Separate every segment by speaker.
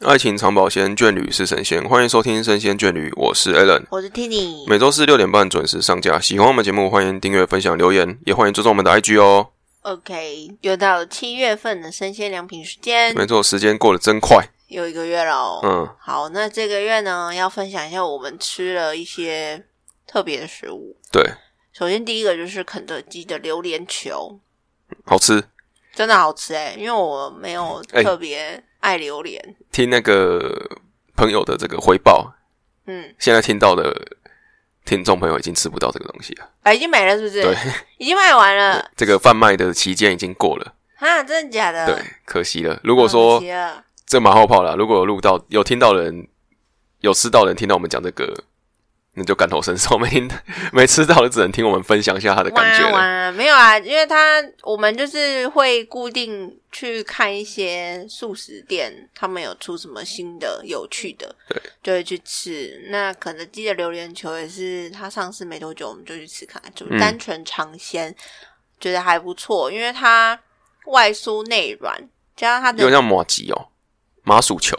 Speaker 1: 爱情长保鲜，眷侣是神仙。欢迎收听《神仙眷侣》，我是 Alan。
Speaker 2: 我是 Tini，
Speaker 1: 每周四六点半准时上架。喜欢我们节目，欢迎订阅、分享、留言，也欢迎追踪我们的 IG 哦。
Speaker 2: OK，又到了七月份的生鲜良品时间，
Speaker 1: 没错，时间过得真快。
Speaker 2: 又一个月喽。
Speaker 1: 嗯，
Speaker 2: 好，那这个月呢，要分享一下我们吃了一些特别的食物。
Speaker 1: 对，
Speaker 2: 首先第一个就是肯德基的榴莲球，
Speaker 1: 好吃。
Speaker 2: 真的好吃哎、因为我没有
Speaker 1: 哎
Speaker 2: 特别爱榴莲。
Speaker 1: 听那个朋友的这个回报，
Speaker 2: 嗯，
Speaker 1: 现在听到的听众朋友已经吃不到这个东西了。
Speaker 2: 啊，已经没了是不是？
Speaker 1: 对，
Speaker 2: 已经卖 完了
Speaker 1: 这个贩卖的期间已经过了，
Speaker 2: 哈，真的假的？
Speaker 1: 对，可惜了。如
Speaker 2: 好
Speaker 1: 果说
Speaker 2: 可惜了
Speaker 1: 这马后炮啦，如果有录到有听到的人有吃到的人听到我们讲这个，那就感同身受。没听没吃到的只能听我们分享一下他的感觉
Speaker 2: 哇
Speaker 1: 了。
Speaker 2: 哇，没有啊，因为他我们就是会固定去看一些素食店，他们有出什么新的有趣的，
Speaker 1: 对，
Speaker 2: 就会去吃。那肯德基的榴莲球也是，它上市没多久，我们就去吃看看，就
Speaker 1: 嗯
Speaker 2: 单纯尝鲜，觉得还不错，因为它外酥内软，加上它
Speaker 1: 有点
Speaker 2: 的
Speaker 1: 像马吉哦，麻薯球，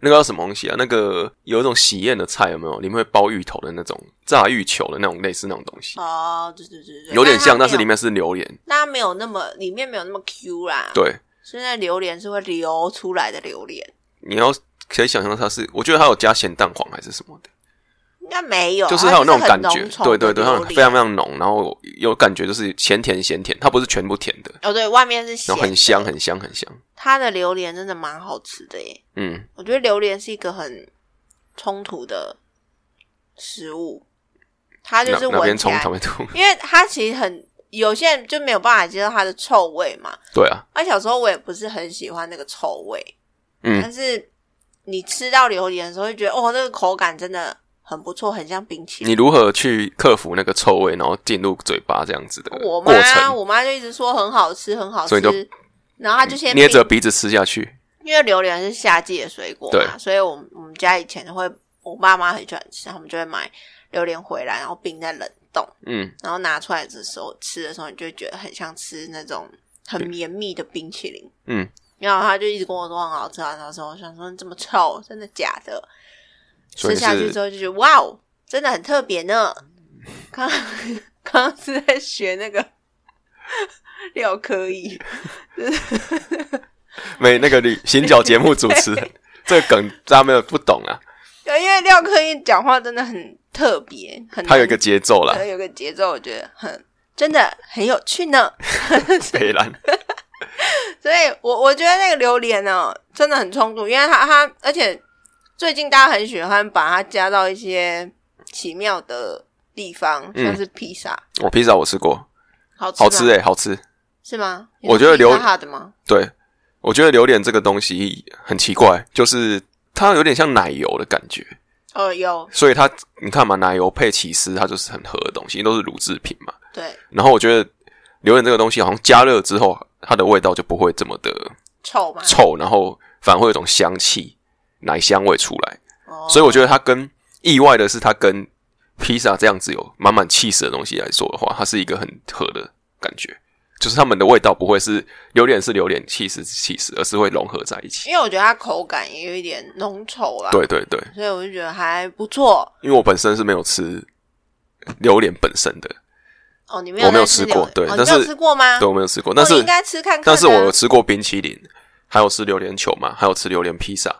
Speaker 1: 那个叫什么东西啊？那个有一种喜宴的菜有没有？里面会包芋头的那种炸芋球的那种类似那种东西，
Speaker 2: 哦，对对对对，
Speaker 1: 有点像，但
Speaker 2: 但它没有
Speaker 1: 是里面是榴莲。
Speaker 2: 那它没有那么里面没有那么 Q 啦，，
Speaker 1: 对，
Speaker 2: 是那榴莲是会流出来的榴莲。
Speaker 1: 你要可以想象它是，我觉得它有加咸蛋黄还是什么的，
Speaker 2: 应该没有，
Speaker 1: 就是
Speaker 2: 啊它
Speaker 1: 它有那种
Speaker 2: 很
Speaker 1: 感
Speaker 2: 浓
Speaker 1: 觉，
Speaker 2: 稠
Speaker 1: 对
Speaker 2: 的
Speaker 1: 对对，它
Speaker 2: 榴
Speaker 1: 非
Speaker 2: 莲
Speaker 1: 常非常浓，然后有感觉就是咸甜咸甜，它不是全部甜的，
Speaker 2: 哦，对，外面是咸，
Speaker 1: 然后很香。很香很香。
Speaker 2: 它的榴莲真的蛮好吃的耶，
Speaker 1: 嗯，
Speaker 2: 我觉得榴莲是一个很冲突的食物，它
Speaker 1: 哪
Speaker 2: 就是
Speaker 1: 哪边
Speaker 2: 闻起
Speaker 1: 冲
Speaker 2: 来
Speaker 1: 哪，边冲，
Speaker 2: 因为它其实很有些人就没有办法接受它的臭味嘛。
Speaker 1: 对啊，
Speaker 2: 那小时候我也不是很喜欢那个臭味，
Speaker 1: 嗯，
Speaker 2: 但是你吃到榴莲的时候，会觉得哦，那个口感真的很不错，很像冰淇淋
Speaker 1: 你。如何去克服那个臭味，然后进入嘴巴这样子的
Speaker 2: 我
Speaker 1: 过
Speaker 2: 妈
Speaker 1: 程？
Speaker 2: 我妈就一直说很好吃，很好
Speaker 1: 所以你就
Speaker 2: 吃。然后她就先
Speaker 1: 捏
Speaker 2: 冰
Speaker 1: 着鼻子吃下去，
Speaker 2: 因为榴莲是夏季的水果嘛，
Speaker 1: 对
Speaker 2: 所以我们我们家以前会，我爸妈很喜欢吃，他们就会买榴莲回来，然后冰在冷冻，
Speaker 1: 嗯，
Speaker 2: 然后拿出来的时候吃的时候，你就会觉得很像吃那种很绵密的冰淇淋。
Speaker 1: 嗯，
Speaker 2: 然后他就一直跟我说很好吃，很好吃。我想说这么臭，真的假的？
Speaker 1: 所以
Speaker 2: 吃下去
Speaker 1: 是嗯
Speaker 2: 之后就觉得哇哦，真的很特别呢。刚 刚刚是在学那个 廖科以。
Speaker 1: 没那个旅行脚节目主持 人，这个梗大家没有不懂啊，
Speaker 2: 对，因为廖科一讲话真的很特别，很
Speaker 1: 它有一个节奏啦
Speaker 2: 难，得有个节奏，我觉得很真的很有趣 呢。
Speaker 1: 北兰，
Speaker 2: 所以我我觉得那个榴莲呢、真的很冲突，因为它它而且最近大家很喜欢把它加到一些奇妙的地方，
Speaker 1: 嗯
Speaker 2: 像是披萨，
Speaker 1: 我披萨我吃过，
Speaker 2: 好吃吗
Speaker 1: 好吃欸诶、好吃。
Speaker 2: 是吗？
Speaker 1: 我觉得榴
Speaker 2: 哈的吗？
Speaker 1: 对，我觉得榴莲这个东西很奇怪，就是它有点像奶油的感觉，
Speaker 2: 哦，有
Speaker 1: 所以它你看嘛，奶油配起司，它就是很合的东西，都是乳制品嘛。
Speaker 2: 对
Speaker 1: 然后我觉得榴莲这个东西好像加热之后，它的味道就不会这么的
Speaker 2: 臭吗？
Speaker 1: 臭，然后反而会有一种香气、奶香味出来。
Speaker 2: 哦，
Speaker 1: 所以我觉得它跟意外的是，它跟披萨这样子有满满气势的东西来说的话，它是一个很合的感觉。就是它们的味道不会是榴莲是榴莲，气势是气势，而是会融合在一起。
Speaker 2: 因为我觉得它口感也有一点浓稠啦，，
Speaker 1: 对对对，
Speaker 2: 所以我就觉得还不错。
Speaker 1: 因为我本身是没有吃榴莲本身的，
Speaker 2: 哦，你没有
Speaker 1: 我没有
Speaker 2: 在
Speaker 1: 吃
Speaker 2: 榴
Speaker 1: 过对
Speaker 2: 哦、你
Speaker 1: 但
Speaker 2: 没有
Speaker 1: 是
Speaker 2: 吃过吗？
Speaker 1: 对我没有吃过。
Speaker 2: 那
Speaker 1: 但是
Speaker 2: 应该吃看看啊、
Speaker 1: 但是我有吃过冰淇淋，还有吃榴莲球嘛，还有吃榴莲披萨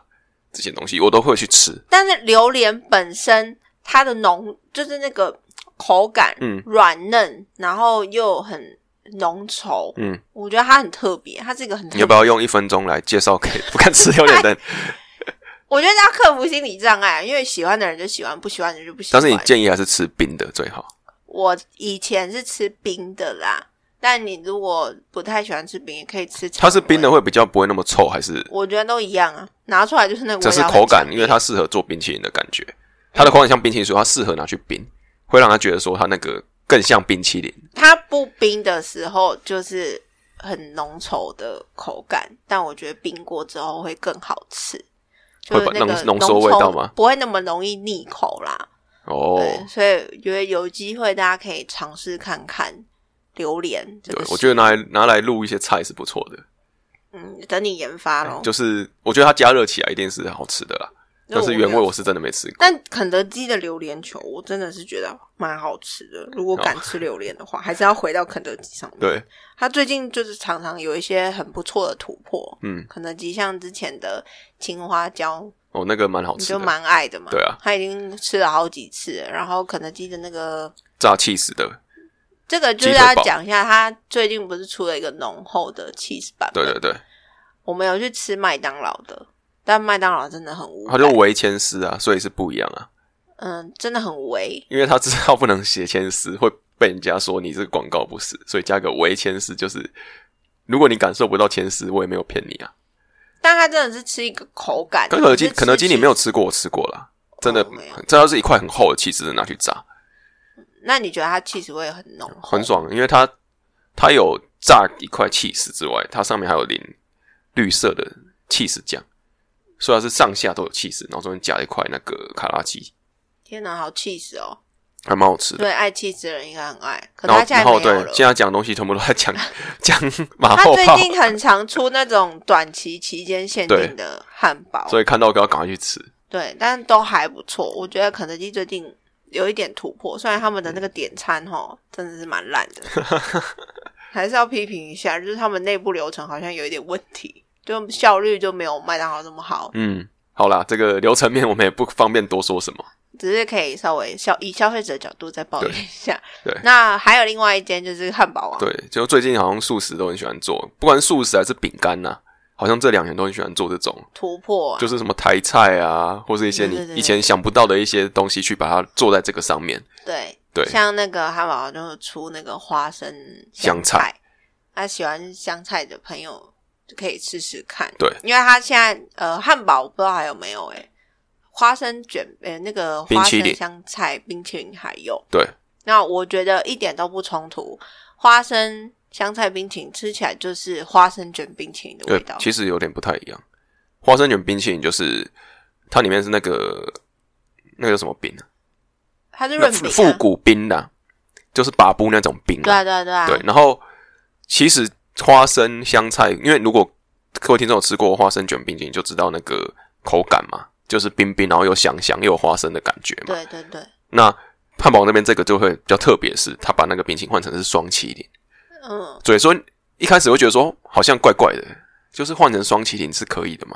Speaker 1: 这些东西，我都会去吃。
Speaker 2: 但是榴莲本身它的浓，就是那个口感，
Speaker 1: 嗯
Speaker 2: 软嫩，然后又很浓稠，
Speaker 1: 嗯，
Speaker 2: 我觉得它很特别，它是一个很特
Speaker 1: 你
Speaker 2: 别。
Speaker 1: 要不要用一分钟来介绍给不敢吃榴莲的人？
Speaker 2: 我觉得要克服心理障碍，啊因为喜欢的人就喜欢，不喜欢的人就不喜
Speaker 1: 但
Speaker 2: 欢。
Speaker 1: 是你建议还是吃冰的最好。
Speaker 2: 我以前是吃冰的啦，但你如果不太喜欢吃冰，也可以吃。
Speaker 1: 它是冰的，会比较不会那么臭，还是
Speaker 2: 我觉得都一样啊，拿出来就是那个味
Speaker 1: 只
Speaker 2: 道
Speaker 1: 是
Speaker 2: 很
Speaker 1: 口感
Speaker 2: 强？烈
Speaker 1: 因为它适合做冰淇淋的感觉，它的口感像冰淇淋，所以它适合拿去冰，会让他觉得说它那个更像冰淇淋。
Speaker 2: 它不冰的时候就是很浓稠的口感，但我觉得冰过之后会更好吃，就是
Speaker 1: 会把
Speaker 2: 那个
Speaker 1: 浓浓缩味道吗
Speaker 2: 稠不会那么容易腻口啦。
Speaker 1: 哦，
Speaker 2: 对，所以觉得有机会大家可以尝试看看榴莲这
Speaker 1: 对
Speaker 2: 个食物。
Speaker 1: 我觉得拿来拿来录一些菜是不错的。
Speaker 2: 嗯，等你研发咯。
Speaker 1: 就是我觉得它加热起来一定是好吃的啦。但是原味我是真的没吃过。
Speaker 2: 但肯德基的榴莲球，我真的是觉得蛮好吃的。如果敢吃榴莲的话，还是要回到肯德基上面。
Speaker 1: 哦对，
Speaker 2: 他最近就是常常有一些很不错的突破。
Speaker 1: 嗯，
Speaker 2: 肯德基像之前的青花椒，
Speaker 1: 哦，那个蛮好
Speaker 2: 你
Speaker 1: 吃
Speaker 2: 就
Speaker 1: 的，
Speaker 2: 蛮爱的嘛。
Speaker 1: 对啊，
Speaker 2: 他已经吃了好几次了。然后肯德基的那个，
Speaker 1: 炸气死的。
Speaker 2: 这个就是要讲一下，他最近不是出了一个浓厚的 cheese 版本？
Speaker 1: 对对对，
Speaker 2: 我们有去吃麦当劳的，但麦当劳真的很无
Speaker 1: 它
Speaker 2: 感，
Speaker 1: 就围千丝啊，所以是不一样啊，
Speaker 2: 嗯，真的很违。
Speaker 1: 因为他知道不能写千丝，会被人家说你这个广告不实，所以加个围千丝就是，如果你感受不到千丝，我也没有骗你啊。
Speaker 2: 但它真的是吃一个口感。
Speaker 1: 肯德基
Speaker 2: 不是吃
Speaker 1: 肯德基你没有
Speaker 2: 起司？
Speaker 1: 吃过，我吃过啦，真的
Speaker 2: 哦没有，
Speaker 1: 这要是一块很厚的气质拿去炸，
Speaker 2: 那你觉得它气质味很浓？
Speaker 1: 很。爽，因为它它有炸一块气丝之外，它上面还有淋绿色的气丝酱，所以它是上下都有气丝，然后中间夹一块那个卡拉鸡，
Speaker 2: 天哪，好气死哦！
Speaker 1: 还蛮好吃的。
Speaker 2: 对，爱气质的人应该很爱。可是
Speaker 1: 然
Speaker 2: 他
Speaker 1: 后
Speaker 2: 现在
Speaker 1: 然
Speaker 2: 没
Speaker 1: 后
Speaker 2: 有
Speaker 1: 对，
Speaker 2: 了。
Speaker 1: 现在讲的东西全部都在 讲讲马
Speaker 2: 他
Speaker 1: 后
Speaker 2: 最
Speaker 1: 炮，
Speaker 2: 近很常出那种短期期间限定的汉堡，
Speaker 1: 所以看到我要赶快去吃。
Speaker 2: 对，但都还不错。我觉得肯德基最近有一点突破，虽然他们的那个点餐哈真的是蛮烂 的，还是要批评一下，就是他们内部流程好像有一点问题，就效率就没有麦当劳这么好。
Speaker 1: 嗯，好啦，这个流程面我们也不方便多说什么。
Speaker 2: 只是可以稍微消以消费者的角度再抱怨一下。
Speaker 1: 对对
Speaker 2: 那还有另外一间就是汉堡王，
Speaker 1: 对，就最近好像素食都很喜欢做，不管是素食还是饼干呐，好像这两年都很喜欢做这种，
Speaker 2: 突破、啊，
Speaker 1: 就是什么台菜啊，或是一些
Speaker 2: 对对对
Speaker 1: 你
Speaker 2: 对
Speaker 1: 以前想不到的一些东西，去把它做在这个上面。
Speaker 2: 对
Speaker 1: 对
Speaker 2: 像那个汉堡王就出那个花生
Speaker 1: 香菜
Speaker 2: 菜，那、喜欢香菜的朋友就可以试试看。
Speaker 1: 对，
Speaker 2: 因为它现在呃汉堡我不知道还有没有诶、花生卷呃、那个花
Speaker 1: 冰淇
Speaker 2: 生
Speaker 1: 淋
Speaker 2: 香菜冰淇淋还有，
Speaker 1: 对，
Speaker 2: 那我觉得一点都不冲突，花生。香菜冰淇淋吃起来就是花生卷冰淇淋的味
Speaker 1: 对
Speaker 2: 道，，
Speaker 1: 呃其实有点不太一样。花生卷冰淇淋就是它里面是那个那个叫什么饼啊？
Speaker 2: 它是
Speaker 1: 那
Speaker 2: 润饼、
Speaker 1: 复
Speaker 2: 啊、
Speaker 1: 复古冰啦、就是把布那种冰、
Speaker 2: 对啊，对啊，对啊，
Speaker 1: 对，然后其实花生香菜，因为如果各位听众有吃过花生卷冰淇淋，就知道那个口感嘛，就是冰冰，然后又香香又有花生的感觉嘛。
Speaker 2: 对对对，
Speaker 1: 那汉堡那边这个就会比较特别，是它把那个冰淇淋换成是双麒麟，
Speaker 2: 嗯，
Speaker 1: 所以说一开始会觉得说好像怪怪的，就是换成双麒麟是可以的嘛，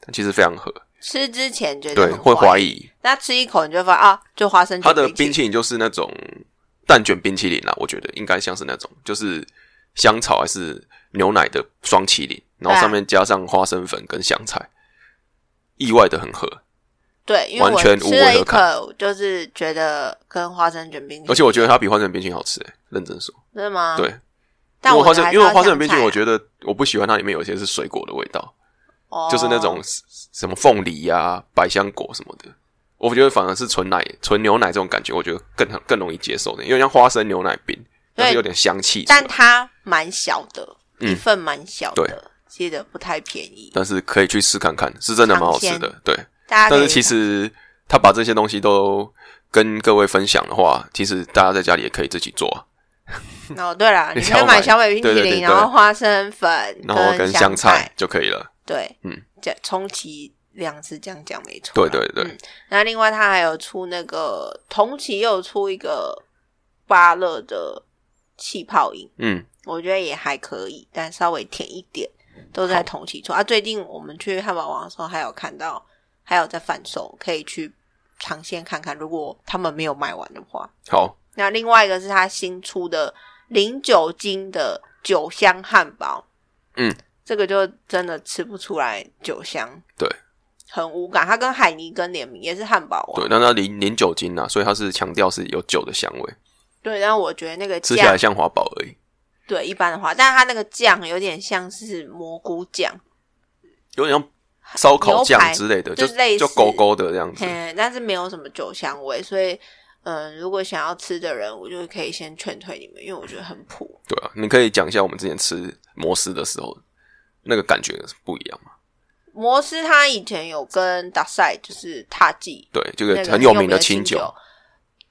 Speaker 1: 但其实非常合，
Speaker 2: 吃之前觉得
Speaker 1: 对，
Speaker 2: 很
Speaker 1: 会怀
Speaker 2: 疑，
Speaker 1: 疑
Speaker 2: 那吃一口你就会发现啊，就花生
Speaker 1: 它
Speaker 2: 卷
Speaker 1: 的
Speaker 2: 冰
Speaker 1: 冰
Speaker 2: 淇淋，
Speaker 1: 淇淋就是那种蛋卷冰淇淋啦，我觉得应该像是那种，就是香草还是牛奶的双淇淋，
Speaker 2: 啊
Speaker 1: 然后上面加上花生粉跟香菜，意外的很合。
Speaker 2: 对，因为我
Speaker 1: 完全无
Speaker 2: 吃了
Speaker 1: 违
Speaker 2: 一
Speaker 1: 和感
Speaker 2: 口，就是觉得跟花生卷冰淇淋，
Speaker 1: 而且我觉得它比花生冰淇淋好吃、欸，认真说，
Speaker 2: 真的吗？，
Speaker 1: 对。
Speaker 2: 啊但
Speaker 1: 因为花
Speaker 2: 觉得还
Speaker 1: 生，
Speaker 2: 是
Speaker 1: 因为花生冰淇
Speaker 2: 要
Speaker 1: 淋，我
Speaker 2: 香
Speaker 1: 觉
Speaker 2: 菜
Speaker 1: 得我不喜欢它里面有一些是水果的味道，
Speaker 2: 啊
Speaker 1: 就是那种
Speaker 2: 哦
Speaker 1: 什么凤梨呀、百香果什么的。我觉得反而是纯奶、纯牛奶这种感觉，我觉得更更容易接受的，因为像花生牛奶冰，但是有点香气出来。
Speaker 2: 但它蛮小的，
Speaker 1: 嗯
Speaker 2: 一份蛮小
Speaker 1: 对
Speaker 2: 的，记得不太便宜，
Speaker 1: 但是可以去试看看，是真的蛮好吃
Speaker 2: 尝
Speaker 1: 的。对，
Speaker 2: 大家可
Speaker 1: 但是
Speaker 2: 以
Speaker 1: 其实他把这些东西都跟各位分享的话，其实大家在家里也可以自己做啊，
Speaker 2: 哦，对啦，你
Speaker 1: 你
Speaker 2: 可
Speaker 1: 想
Speaker 2: 以
Speaker 1: 要
Speaker 2: 买
Speaker 1: 买
Speaker 2: 小北冰淇
Speaker 1: 对对
Speaker 2: 淋，
Speaker 1: 对
Speaker 2: 然后
Speaker 1: 对
Speaker 2: 花生粉
Speaker 1: 然后跟香
Speaker 2: 菜
Speaker 1: 菜，就可以了。
Speaker 2: 对，
Speaker 1: 嗯，
Speaker 2: 这充其量是这样讲没错
Speaker 1: 对
Speaker 2: 啦。
Speaker 1: 对对，
Speaker 2: 嗯那另外他还有出那个同期又出一个芭乐的气泡饮，
Speaker 1: 嗯，
Speaker 2: 我觉得也还可以，但稍微甜一点，都在同期出啊。最近我们去汉堡王的时候，还有看到还有在贩售，可以去尝鲜看看，如果他们没有卖完的话。
Speaker 1: 好，
Speaker 2: 那另外一个是他新出的零酒精的酒香汉堡，
Speaker 1: 嗯，
Speaker 2: 这个就真的吃不出来酒香，
Speaker 1: 对，
Speaker 2: 很无感。它跟海尼根联名也是汉堡王，
Speaker 1: 对，但它零零酒精啊，所以它是强调是有酒的香味，
Speaker 2: 对，但我觉得那个
Speaker 1: 吃起来
Speaker 2: 酱
Speaker 1: 像华堡而已，
Speaker 2: 对一般的话，但是它那个酱有点像是蘑菇酱，
Speaker 1: 有点像烧烤
Speaker 2: 牛排
Speaker 1: 酱之类的，
Speaker 2: 就
Speaker 1: 就
Speaker 2: 类似
Speaker 1: 就勾勾的这样子。
Speaker 2: 嘿，但是没有什么酒香味，所以嗯，如果想要吃的人，我就可以先劝退你们，因为我觉得很普。
Speaker 1: 对啊，你可以讲一下我们之前吃摩斯的时候那个感觉是不一样嘛？
Speaker 2: 摩斯他以前有跟达赛就是踏记
Speaker 1: 对，这个
Speaker 2: 那个
Speaker 1: 很
Speaker 2: 有
Speaker 1: 有名
Speaker 2: 的
Speaker 1: 的清酒，
Speaker 2: 酒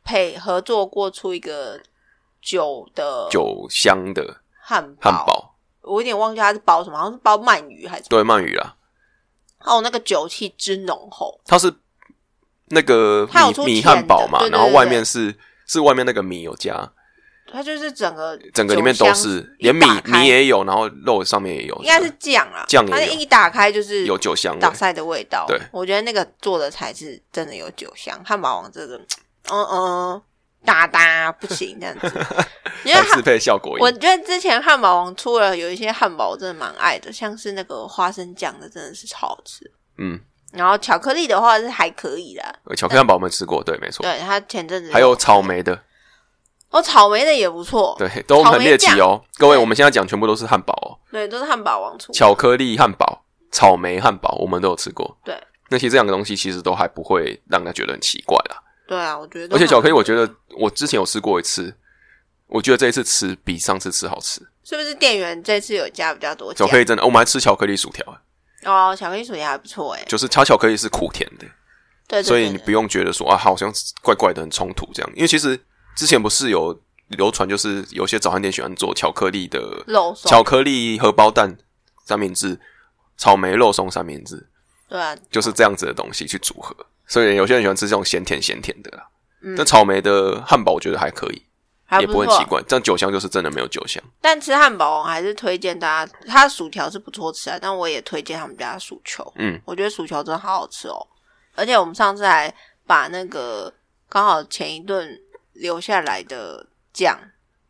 Speaker 2: 配合作过出一个酒的
Speaker 1: 酒香的
Speaker 2: 汉堡，
Speaker 1: 汉堡，
Speaker 2: 我有点忘记它是包什么，好像是包鳗鱼还是
Speaker 1: 对，鳗鱼啦，
Speaker 2: 哦，那个酒气之浓厚，
Speaker 1: 它是那个
Speaker 2: 它有出
Speaker 1: 米米
Speaker 2: 浅的
Speaker 1: 汉堡嘛，
Speaker 2: 对对
Speaker 1: 然后
Speaker 2: 对
Speaker 1: 外
Speaker 2: 对
Speaker 1: 面是是外面那个米有加，
Speaker 2: 它就是整个
Speaker 1: 整个里面都
Speaker 2: 酒香
Speaker 1: 是，
Speaker 2: 一
Speaker 1: 连米
Speaker 2: 打开
Speaker 1: 米也有，然后肉上面也有，
Speaker 2: 应该是酱啦，
Speaker 1: 酱也
Speaker 2: 它
Speaker 1: 有
Speaker 2: 一打开就是
Speaker 1: 有酒香味
Speaker 2: 打。塞的味道。
Speaker 1: 对
Speaker 2: 我觉得那个做的才是真的有酒香。汉堡王这个，嗯嗯，哒哒不行这样子，因为
Speaker 1: 来
Speaker 2: 汉
Speaker 1: 适配效果
Speaker 2: 我
Speaker 1: 音，
Speaker 2: 觉得之前汉堡王出了有一些汉堡，我真的蛮爱的，像是那个花生酱的真的是超好吃。
Speaker 1: 嗯，
Speaker 2: 然后巧克力的话是还可以啦，
Speaker 1: 巧克力汉堡我们吃过，对，没错，
Speaker 2: 对，它前阵子
Speaker 1: 还有草莓的，
Speaker 2: 哦，草莓的也不错，
Speaker 1: 对，都
Speaker 2: 草
Speaker 1: 很
Speaker 2: 莓
Speaker 1: 猎奇
Speaker 2: 酱
Speaker 1: 哦。各位，
Speaker 2: 对
Speaker 1: 我们现在讲全部都是汉堡哦，
Speaker 2: 对，都是汉堡王出的。
Speaker 1: 巧克力汉堡、草莓汉堡，我们都有吃过。
Speaker 2: 对，
Speaker 1: 那其实这两个东西其实都还不会让他觉得很奇怪啦。
Speaker 2: 对啊，我觉得都
Speaker 1: 而且
Speaker 2: 很
Speaker 1: 巧克力，我觉得我之前有吃过一次，我觉得这一次吃比上次吃好吃。
Speaker 2: 是不是店员这次有加比较多
Speaker 1: 巧
Speaker 2: 酱
Speaker 1: 克？力真的，我们还吃巧克力薯条，
Speaker 2: 哦，巧克力薯条还不错哎，
Speaker 1: 就是它巧克力是苦甜的，
Speaker 2: 对，对
Speaker 1: 所以
Speaker 2: 对
Speaker 1: 你
Speaker 2: 对
Speaker 1: 不用觉得说啊，好像怪怪的很冲突这样。因为其实之前不是有流传，就是有些早餐店喜欢做巧克力的
Speaker 2: 肉松，
Speaker 1: 巧克力荷包蛋三明治、草莓肉松三明治，
Speaker 2: 对啊，
Speaker 1: 就是这样子的东西去组合。所以有些人喜欢吃这种咸甜咸甜的啦。
Speaker 2: 嗯
Speaker 1: 但草莓的汉堡我觉得还可以，
Speaker 2: 还
Speaker 1: 也
Speaker 2: 不
Speaker 1: 不会
Speaker 2: 错啊
Speaker 1: 很奇怪。这样酒香就是真的没有酒香，
Speaker 2: 但吃汉堡王还是推荐大家，它的薯条是不错吃啊，但我也推荐他们家的薯球。
Speaker 1: 嗯，
Speaker 2: 我觉得薯球真的好好吃哦，而且我们上次还把那个刚好前一顿留下来的酱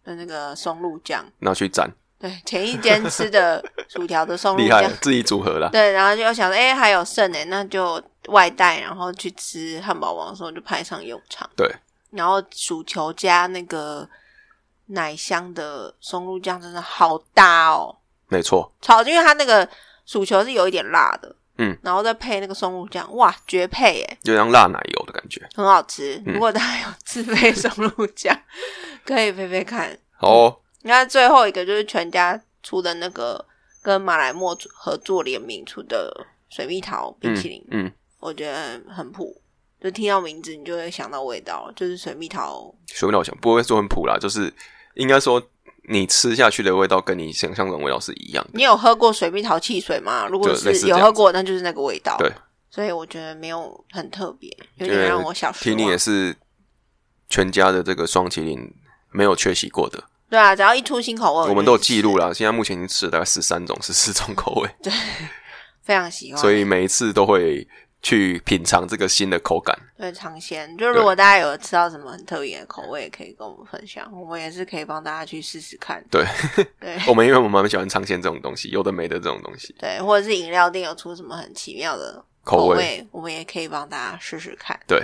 Speaker 2: 的那个松露酱，
Speaker 1: 拿去蘸，
Speaker 2: 对，前一间吃的薯条的松露
Speaker 1: 厉害
Speaker 2: 酱
Speaker 1: 了，，自己组合啦。
Speaker 2: 对，然后就想说，哎、还有剩哎，那就外带，然后去吃汉堡王的时候就派上用场。
Speaker 1: 对，
Speaker 2: 然后薯球加那个奶香的松露酱真的好搭哦，
Speaker 1: 没错，
Speaker 2: 超，因为它那个薯球是有一点辣的，
Speaker 1: 嗯，
Speaker 2: 然后再配那个松露酱，哇，绝配耶，
Speaker 1: 就像辣奶油的感觉。
Speaker 2: 很好吃。
Speaker 1: 嗯
Speaker 2: 如果大家有自备松露酱， 可以配配看。
Speaker 1: 好哦，
Speaker 2: 你看最后一个就是全家出的那个跟马来莫合作联名出的水蜜桃冰
Speaker 1: 嗯
Speaker 2: 淇淋，
Speaker 1: 嗯，
Speaker 2: 我觉得很普，就听到名字你就会想到味道，就是水蜜桃
Speaker 1: 水蜜桃香不会说很普啦，就是应该说你吃下去的味道跟你想象中的味道是一样的。
Speaker 2: 你有喝过水蜜桃汽水吗？如果
Speaker 1: 就类似
Speaker 2: 是
Speaker 1: 这样
Speaker 2: 有
Speaker 1: 子
Speaker 2: 喝过，那就是那个味道。
Speaker 1: 对，
Speaker 2: 所以我觉得没有很特别，有
Speaker 1: 因
Speaker 2: 点
Speaker 1: 为
Speaker 2: 让我小啊失
Speaker 1: 听你也
Speaker 2: 望。
Speaker 1: 是全家的这个双麒麟没有缺席过的，
Speaker 2: 对啊，只要一出新口味，
Speaker 1: 我们都有
Speaker 2: 就
Speaker 1: 记录啦。现在目前已经吃了大概十三种、十四种口味。
Speaker 2: 非常喜欢，
Speaker 1: 所以每一次都会去品尝这个新的口感。
Speaker 2: 对尝鲜。就如果大家有吃到什么很特别的口味，也可以跟我们分享，我们也是可以帮大家去试试看。
Speaker 1: 对
Speaker 2: 对
Speaker 1: 我们因为我们蛮喜欢尝鲜这种东西，有的没的这种东西，
Speaker 2: 对，或者是饮料店有出什么很奇妙的
Speaker 1: 口
Speaker 2: 味，
Speaker 1: 味
Speaker 2: 我们也可以帮大家试试看。
Speaker 1: 对，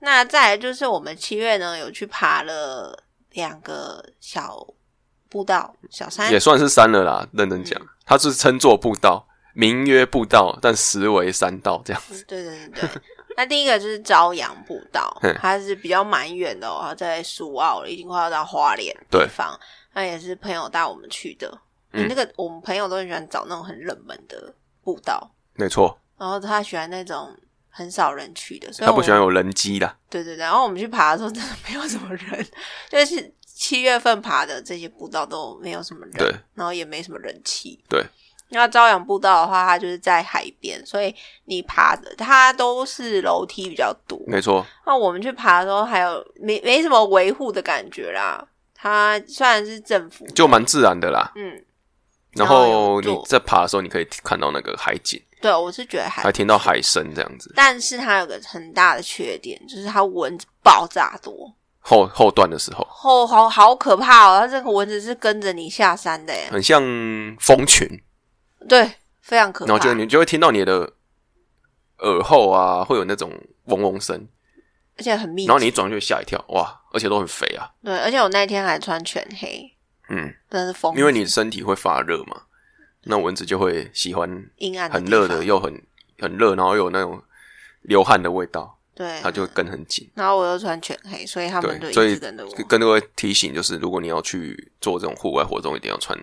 Speaker 2: 那再来就是我们七月呢有去爬了两个小步道、小山
Speaker 1: 也，算是山了啦。认真讲，它是称作步道，名曰步道，但实为山道这样。
Speaker 2: 对嗯对对对。那第一个就是朝阳步道
Speaker 1: 嗯，
Speaker 2: 它是比较蛮远的、哦，它在苏澳了，已经快要到花莲的
Speaker 1: 对
Speaker 2: 地方。那也是朋友带我们去的。你、
Speaker 1: 嗯
Speaker 2: 那个我们朋友都很喜欢找那种很冷门的步道，
Speaker 1: 没错，
Speaker 2: 然后他喜欢那种很少人去的，所以
Speaker 1: 它
Speaker 2: 我
Speaker 1: 不
Speaker 2: 们
Speaker 1: 喜欢有人机啦。
Speaker 2: 对对对，然后我们去爬的时候，真的没有什么人，就是七月份爬的这些步道都没有什么人，
Speaker 1: 对，
Speaker 2: 然后也没什么人气。
Speaker 1: 对，
Speaker 2: 那朝阳步道的话，它就是在海边，所以你爬的它都是楼梯比较多。
Speaker 1: 没错，
Speaker 2: 那我们去爬的时候，还有没没什么维护的感觉啦。它虽然是政府，
Speaker 1: 就蛮自然的啦。
Speaker 2: 嗯，
Speaker 1: 然
Speaker 2: 然后
Speaker 1: 后
Speaker 2: 有
Speaker 1: 你
Speaker 2: 做
Speaker 1: 在爬的时候，你可以看到那个海景，
Speaker 2: 对我是觉得还
Speaker 1: 还听到海声这样子。
Speaker 2: 但是它有个很大的缺点，就是它蚊子爆炸多，
Speaker 1: 后后段的时候，
Speaker 2: 哦，好好可怕哦！它这个蚊子是跟着你下山的耶，
Speaker 1: 很像蜂群，
Speaker 2: 对，非常可怕。
Speaker 1: 然后就你就会听到你的耳后啊，会有那种嗡嗡声。
Speaker 2: 而且很密集，
Speaker 1: 然后你一转就会吓一跳，哇！而且都很肥啊，
Speaker 2: 对，而且我那天还穿全黑，
Speaker 1: 嗯，
Speaker 2: 真的是疯子，
Speaker 1: 因为你身体会发热嘛，那蚊子就会喜欢
Speaker 2: 阴暗
Speaker 1: 很
Speaker 2: 地
Speaker 1: 热的，
Speaker 2: 方，
Speaker 1: 又很很热，然后又有那种流汗的味道，
Speaker 2: 对，
Speaker 1: 它就会跟很紧。
Speaker 2: 然后我又穿全黑，所以他们就
Speaker 1: 对，
Speaker 2: 一
Speaker 1: 所以
Speaker 2: 直跟着我
Speaker 1: 跟各位提醒就是，如果你要去做这种户外活动，一定要穿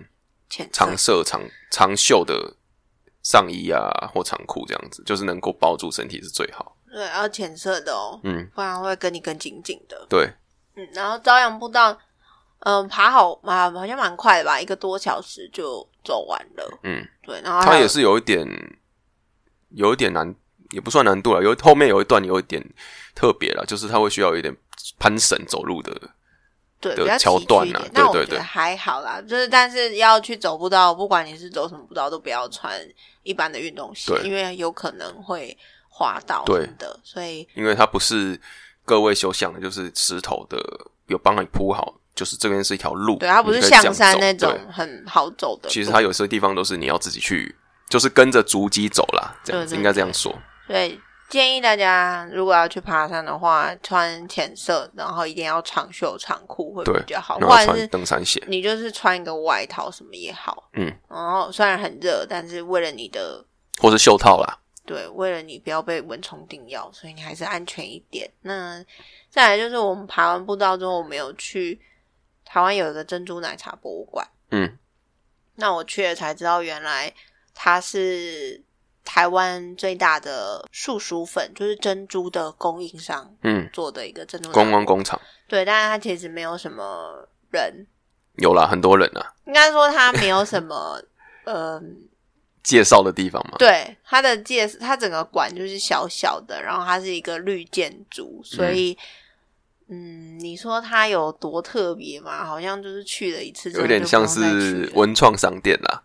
Speaker 2: 前
Speaker 1: 长色、长长袖的上衣啊或长裤这样子，就是能够包住身体是最好。
Speaker 2: 对，要浅色的哦，
Speaker 1: 嗯，
Speaker 2: 不然会跟你跟紧紧的。
Speaker 1: 对，
Speaker 2: 嗯，然后朝阳步道嗯，爬好嘛，好像蛮快的吧，一个多小时就走完了。
Speaker 1: 嗯，
Speaker 2: 对，然后还
Speaker 1: 它
Speaker 2: 有
Speaker 1: 也是有一点，有一点难，也不算难度了。啊有后面有一段有一点特别了，就是它会需要有一点攀绳走路的。
Speaker 2: 对
Speaker 1: 的
Speaker 2: 比较崎
Speaker 1: 桥
Speaker 2: 岖
Speaker 1: 段
Speaker 2: 一
Speaker 1: 啊
Speaker 2: 点
Speaker 1: 对
Speaker 2: 那我
Speaker 1: 对
Speaker 2: 觉得
Speaker 1: 对
Speaker 2: 还好啦，就是但是要去走步道，不管你是走什么步道，都不要穿一般的运动鞋，
Speaker 1: 对
Speaker 2: 因为有可能会滑倒
Speaker 1: 对
Speaker 2: 什么的，所以
Speaker 1: 因为它不是各位所想的，就是石头的有帮你铺好，就是这边是一条路，
Speaker 2: 对它不
Speaker 1: 你
Speaker 2: 是
Speaker 1: 可以这样
Speaker 2: 象山
Speaker 1: 走
Speaker 2: 那种
Speaker 1: 对
Speaker 2: 很好走的路，
Speaker 1: 其实它有些地方都是你要自己去，就是跟着足迹走啦，这样
Speaker 2: 对
Speaker 1: 子
Speaker 2: 对
Speaker 1: 应该这样说。
Speaker 2: 所以建议大家如果要去爬山的话，穿浅色，然后一定要长袖长裤会
Speaker 1: 对
Speaker 2: 比较好，
Speaker 1: 然
Speaker 2: 不
Speaker 1: 后
Speaker 2: 然
Speaker 1: 穿
Speaker 2: 是
Speaker 1: 登山鞋，
Speaker 2: 你就是穿一个外套什么也好，
Speaker 1: 嗯，
Speaker 2: 然后虽然很热，但是为了你的
Speaker 1: 或是袖套啦，
Speaker 2: 对，为了你不要被蚊虫叮咬，所以你还是安全一点。那再来就是我们爬完步道之后，我们有去台湾有一个珍珠奶茶博物馆。
Speaker 1: 嗯，
Speaker 2: 那我去了才知道，原来它是台湾最大的树薯粉，就是珍珠的供应商
Speaker 1: 嗯，
Speaker 2: 做的一个珍珠奶茶
Speaker 1: 观光工厂
Speaker 2: 对，但是它其实没有什么人，
Speaker 1: 有啦，很多人啊，
Speaker 2: 应该说它没有什么，呃，
Speaker 1: 介绍的地方嘛，
Speaker 2: 对，它的介它整个馆就是小小的，然后它是一个绿建筑，所以嗯你说它有多特别嘛？好像就是去了一次之后
Speaker 1: 有点
Speaker 2: 就不用
Speaker 1: 像
Speaker 2: 再去了，
Speaker 1: 是文创商店啦，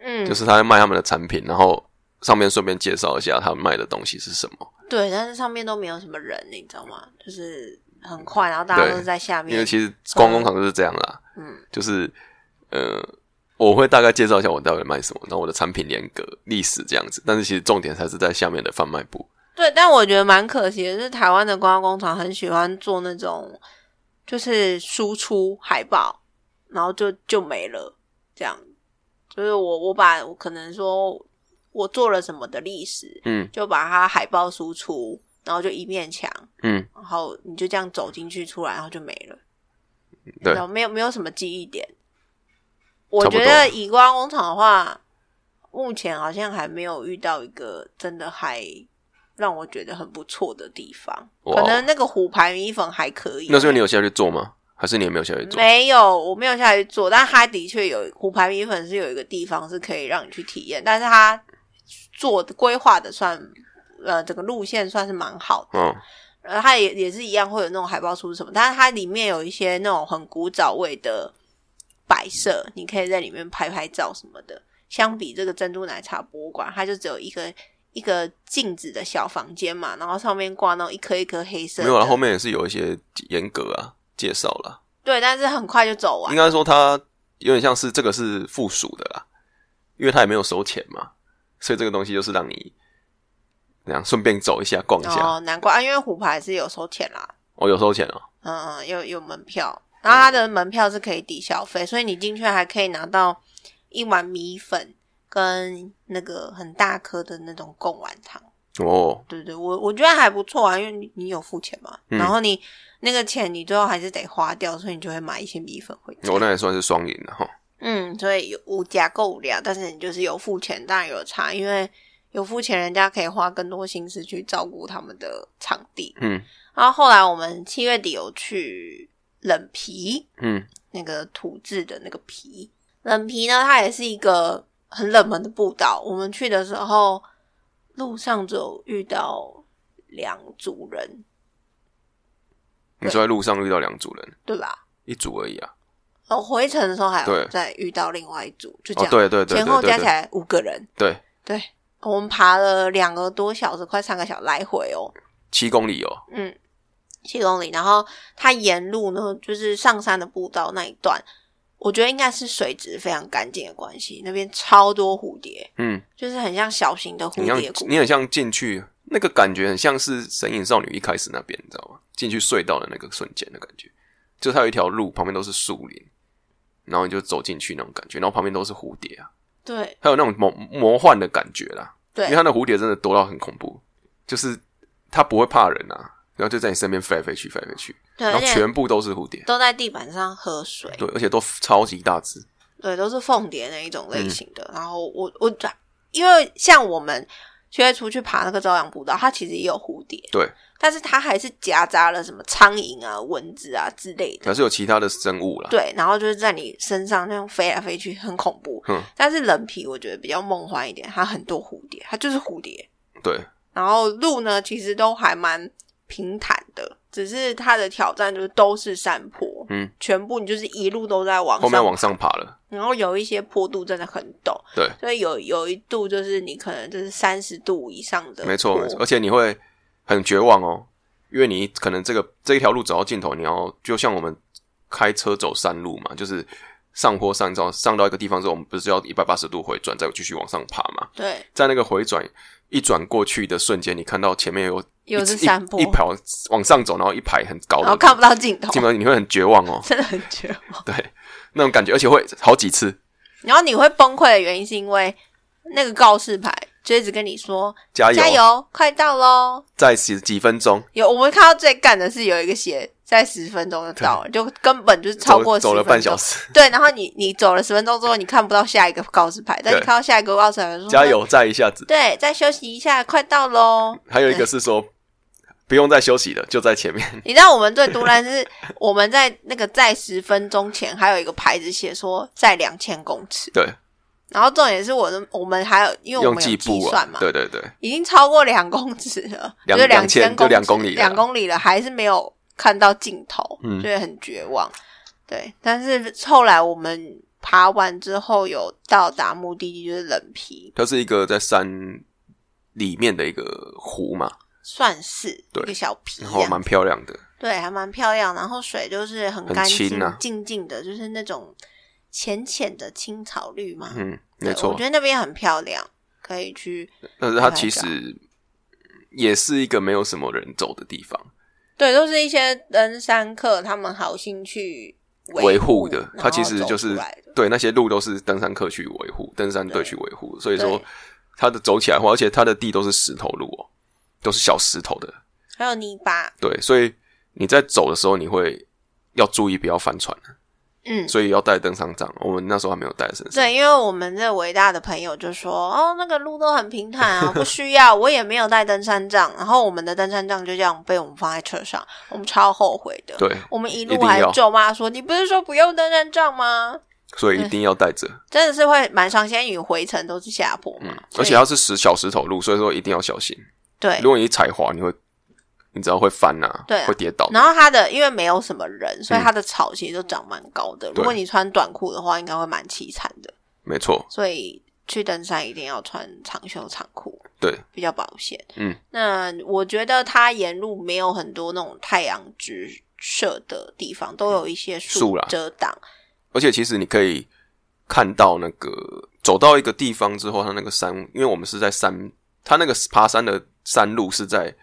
Speaker 2: 嗯，
Speaker 1: 就是他在卖他们的产品，然后上面顺便介绍一下他卖的东西是什么，
Speaker 2: 对，但是上面都没有什么人，你知道吗？就是很快，然后大家都是在下
Speaker 1: 因为
Speaker 2: 面，
Speaker 1: 其实观光工厂就是这样啦，
Speaker 2: 嗯，
Speaker 1: 就是呃。我会大概介绍一下我到底卖什么，然后我的产品严格历史这样子，但是其实重点才是在下面的贩卖部。
Speaker 2: 对。但我觉得蛮可惜的是，台湾的观光工厂很喜欢做那种就是输出海报，然后就就没了，这样。就是我我把我可能说我做了什么的历史，
Speaker 1: 嗯
Speaker 2: 就把它海报输出，然后就一面墙，
Speaker 1: 嗯，
Speaker 2: 然后你就这样走进去出来，然后就没了。
Speaker 1: 对
Speaker 2: 然后没有没有什么记忆点。我
Speaker 1: 差不
Speaker 2: 觉
Speaker 1: 多
Speaker 2: 得以观光工厂的话，目前好像还没有遇到一个真的还让我觉得很不错的地方。
Speaker 1: 哇哦
Speaker 2: 可能那个虎牌米粉还可以，
Speaker 1: 那是因为你有下去做吗？还是你也没有下去做？
Speaker 2: 没有，我没有下去做，但它的确有虎牌米粉是有一个地方是可以让你去体验，但是它做的规划的算呃整个路线算是蛮好的。
Speaker 1: 嗯，
Speaker 2: 呃，它也也是一样会有那种海报书什么，但是它里面有一些那种很古早味的摆设，你可以在里面拍拍照什么的。相比这个珍珠奶茶博物馆，它就只有一个一个镜子的小房间嘛，然后上面挂那种一颗一颗黑色
Speaker 1: 没
Speaker 2: 的。
Speaker 1: 有啊啦，后面也是有一些严格啊介绍啦。
Speaker 2: 对，但是很快就走
Speaker 1: 应
Speaker 2: 完。
Speaker 1: 该说它有点像是这个是附属的啦，因为它也没有收钱嘛，所以这个东西就是让你怎样顺便走一下逛一下。
Speaker 2: 哦，难怪啊，因为虎牌是有收钱啦，
Speaker 1: 哦，有收钱哦，
Speaker 2: 嗯，嗯，有有门票，然后它的门票是可以抵消费，所以你进去还可以拿到一碗米粉跟那个很大颗的那种贡丸汤。
Speaker 1: 哦，
Speaker 2: 对对，我我觉得还不错啊，因为你你有付钱嘛，
Speaker 1: 嗯
Speaker 2: 然后你那个钱你最后还是得花掉，所以你就会买一些米粉回家。
Speaker 1: 我哦那也算是双赢了哈。
Speaker 2: 嗯，所以有物价够无聊，但是你就是有付钱，当然有差，因为有付钱，人家可以花更多心思去照顾他们的场地。
Speaker 1: 嗯
Speaker 2: 然后后来我们七月底有去冷皮，
Speaker 1: 嗯，
Speaker 2: 那个土质的那个皮。冷皮呢，它也是一个很冷门的步道。我们去的时候，路上只有遇到两组人，
Speaker 1: 你说在路上遇到两组人，
Speaker 2: 对吧？
Speaker 1: 一组而已啊。
Speaker 2: 哦，回程的时候还有
Speaker 1: 对
Speaker 2: 再遇到另外一组，就这
Speaker 1: 哦，
Speaker 2: 样，
Speaker 1: 对对对
Speaker 2: 前
Speaker 1: 对
Speaker 2: 后
Speaker 1: 对
Speaker 2: 加起
Speaker 1: 对
Speaker 2: 来五个人。
Speaker 1: 对，
Speaker 2: 对，我们爬了两个多小时，快三个小时来回哦。
Speaker 1: 七公里哦，
Speaker 2: 嗯，七公里。然后它沿路呢，就是上山的步道那一段，我觉得应该是水质非常干净的关系，那边超多蝴蝶，
Speaker 1: 嗯，
Speaker 2: 就是很像小型的
Speaker 1: 你
Speaker 2: 蝴
Speaker 1: 像
Speaker 2: 蝶谷。
Speaker 1: 你很像进去，那个感觉很像是《神隐少女》一开始那边，你知道吗？进去隧道的那个瞬间的感觉，就它有一条路，旁边都是树林，然后你就走进去那种感觉，然后旁边都是蝴蝶啊，
Speaker 2: 对
Speaker 1: 还有那种魔魔幻的感觉啦。因为
Speaker 2: 对
Speaker 1: 它的蝴蝶真的多到很恐怖，就是它不会怕人啊，然后就在你身边飞来飞去，飞来飞去，
Speaker 2: 对，
Speaker 1: 然后
Speaker 2: 而且
Speaker 1: 全部都是蝴蝶，
Speaker 2: 都在地板上喝水，
Speaker 1: 对，而且都超级大只，
Speaker 2: 对，都是凤蝶那一种
Speaker 1: 嗯
Speaker 2: 类型的。然后我我因为像我们。学会出去爬那个朝阳步道，它其实也有蝴蝶，
Speaker 1: 对，
Speaker 2: 但是它还是夹杂了什么苍蝇啊、蚊子啊之类的。
Speaker 1: 还是有其他的生物啦。
Speaker 2: 对，然后就是在你身上那样飞来飞去，很恐怖。
Speaker 1: 嗯，
Speaker 2: 但是人皮我觉得比较梦幻一点，它很多蝴蝶，它就是蝴蝶。
Speaker 1: 对，
Speaker 2: 然后路呢，其实都还蛮平坦的，只是它的挑战就是都是山坡，
Speaker 1: 嗯，
Speaker 2: 全部你就是一路都在往
Speaker 1: 后面
Speaker 2: 上，
Speaker 1: 往上爬了。
Speaker 2: 然后有一些坡度真的很陡，
Speaker 1: 对，
Speaker 2: 所以有有一度就是你可能就是三十度以上的坡，
Speaker 1: 没错没错，而且你会很绝望哦，因为你可能这个这一条路走到尽头，你要就像我们开车走山路嘛，就是上坡上到上到一个地方之后，我们不是要一百八十度回转，再继续往上爬嘛？
Speaker 2: 对，
Speaker 1: 在那个回转一转过去的瞬间，你看到前面有
Speaker 2: 又
Speaker 1: 一
Speaker 2: 是
Speaker 1: 一
Speaker 2: 山坡
Speaker 1: 一排往上走，然后一排很高
Speaker 2: 然后
Speaker 1: 的，
Speaker 2: 看不到尽头，，
Speaker 1: 基本上你会很绝望哦
Speaker 2: 真的很绝望。
Speaker 1: 对，那种感觉，而且会好几次
Speaker 2: 然后你会崩溃的原因是因为那个告示牌就一直跟你说
Speaker 1: 加油，
Speaker 2: 加油，快到喽，
Speaker 1: 在十几分钟
Speaker 2: 有我们看到最干的是有一个写在十分钟就到了，就根本就是超过
Speaker 1: 走走了
Speaker 2: 10分钟
Speaker 1: 半小。时，
Speaker 2: 对，然后你你走了十分钟之后，你看不到下一个告示牌，但你
Speaker 1: 对
Speaker 2: 看到下一个告示牌说
Speaker 1: 加，油，再一下子。
Speaker 2: 对，再休息一下，快到喽。
Speaker 1: 还有一个是说不用再休息了，就在前面。
Speaker 2: 你知道我们最独烂是我们在那个在十分钟前还有一个牌子写说在两千公尺，
Speaker 1: 对，
Speaker 2: 然后重点是我的我们还有因为我
Speaker 1: 用
Speaker 2: 们有
Speaker 1: 计
Speaker 2: 计
Speaker 1: 步啊
Speaker 2: 算嘛，，
Speaker 1: 对对对，
Speaker 2: 已经超过两公尺了，
Speaker 1: 两
Speaker 2: 就是
Speaker 1: 两千
Speaker 2: 千
Speaker 1: 就
Speaker 2: 公
Speaker 1: 两
Speaker 2: 两
Speaker 1: 公里了
Speaker 2: 两公里了，还是没有看到尽头，
Speaker 1: 嗯
Speaker 2: 就会很绝望。对，但是后来我们爬完之后，有到达目的地，就是冷皮，
Speaker 1: 它是一个在山里面的一个湖嘛，
Speaker 2: 算是
Speaker 1: 对
Speaker 2: 一个小皮
Speaker 1: 然后
Speaker 2: 呀，
Speaker 1: 蛮漂亮的，
Speaker 2: 对，还蛮漂亮。然后水就是很
Speaker 1: 很
Speaker 2: 干
Speaker 1: 清
Speaker 2: 净、
Speaker 1: 啊
Speaker 2: 静静的，就是那种浅浅的青草绿嘛。
Speaker 1: 嗯，没
Speaker 2: 对我
Speaker 1: 错
Speaker 2: 觉。得那边很漂亮，可以去。
Speaker 1: 但是它其实也是一个没有什么人走的地方，
Speaker 2: 对，都是一些登山客他们好心去
Speaker 1: 维护的，
Speaker 2: 然
Speaker 1: 它
Speaker 2: 后
Speaker 1: 其实就
Speaker 2: 走出
Speaker 1: 是
Speaker 2: 来的
Speaker 1: 对那些路都是登山客去维护，登山队去维护，所以说
Speaker 2: 对
Speaker 1: 它的走起来的话，而且它的地都是石头路哦，都是小石头的，
Speaker 2: 还有泥巴，
Speaker 1: 对，所以你在走的时候，你会要注意不要翻船。
Speaker 2: 嗯，
Speaker 1: 所以要带登山杖。我们那时候还没有带在身上。
Speaker 2: 对，因为我们这伟大的朋友就说，哦，那个路都很平坦 啊，不需要，我也没有带登山杖，然后我们的登山杖就这样被我们放在车上，我们超后悔的。
Speaker 1: 对，
Speaker 2: 我们一
Speaker 1: 一
Speaker 2: 路
Speaker 1: 定
Speaker 2: 还
Speaker 1: 要
Speaker 2: 咒骂说，你不是说不用登山杖吗？
Speaker 1: 所以一定要带着。
Speaker 2: 真的是会蛮伤心，因为你回程都是下坡嘛，
Speaker 1: 嗯，
Speaker 2: 所
Speaker 1: 而
Speaker 2: 以
Speaker 1: 且它是石小石头路，所以说一定要小心。
Speaker 2: 对
Speaker 1: 如。果你一踩滑，你会，你知道会翻呐、
Speaker 2: 对啊
Speaker 1: 会跌倒。
Speaker 2: 然后它的因为没有什么人，所以它的草其实都长蛮高的。
Speaker 1: 嗯对
Speaker 2: 如果你穿短裤的话，应该会蛮凄惨的。
Speaker 1: 没错，
Speaker 2: 所以去登山一定要穿长袖长裤，
Speaker 1: 对，
Speaker 2: 比较保险。
Speaker 1: 嗯，
Speaker 2: 那我觉得它沿路没有很多那种太阳直射的地方，都有一些
Speaker 1: 树
Speaker 2: 树
Speaker 1: 啦
Speaker 2: 遮挡。
Speaker 1: 而且其实你可以看到那个走到一个地方之后，它那个山，因为我们是在山，它那个爬山的山路是在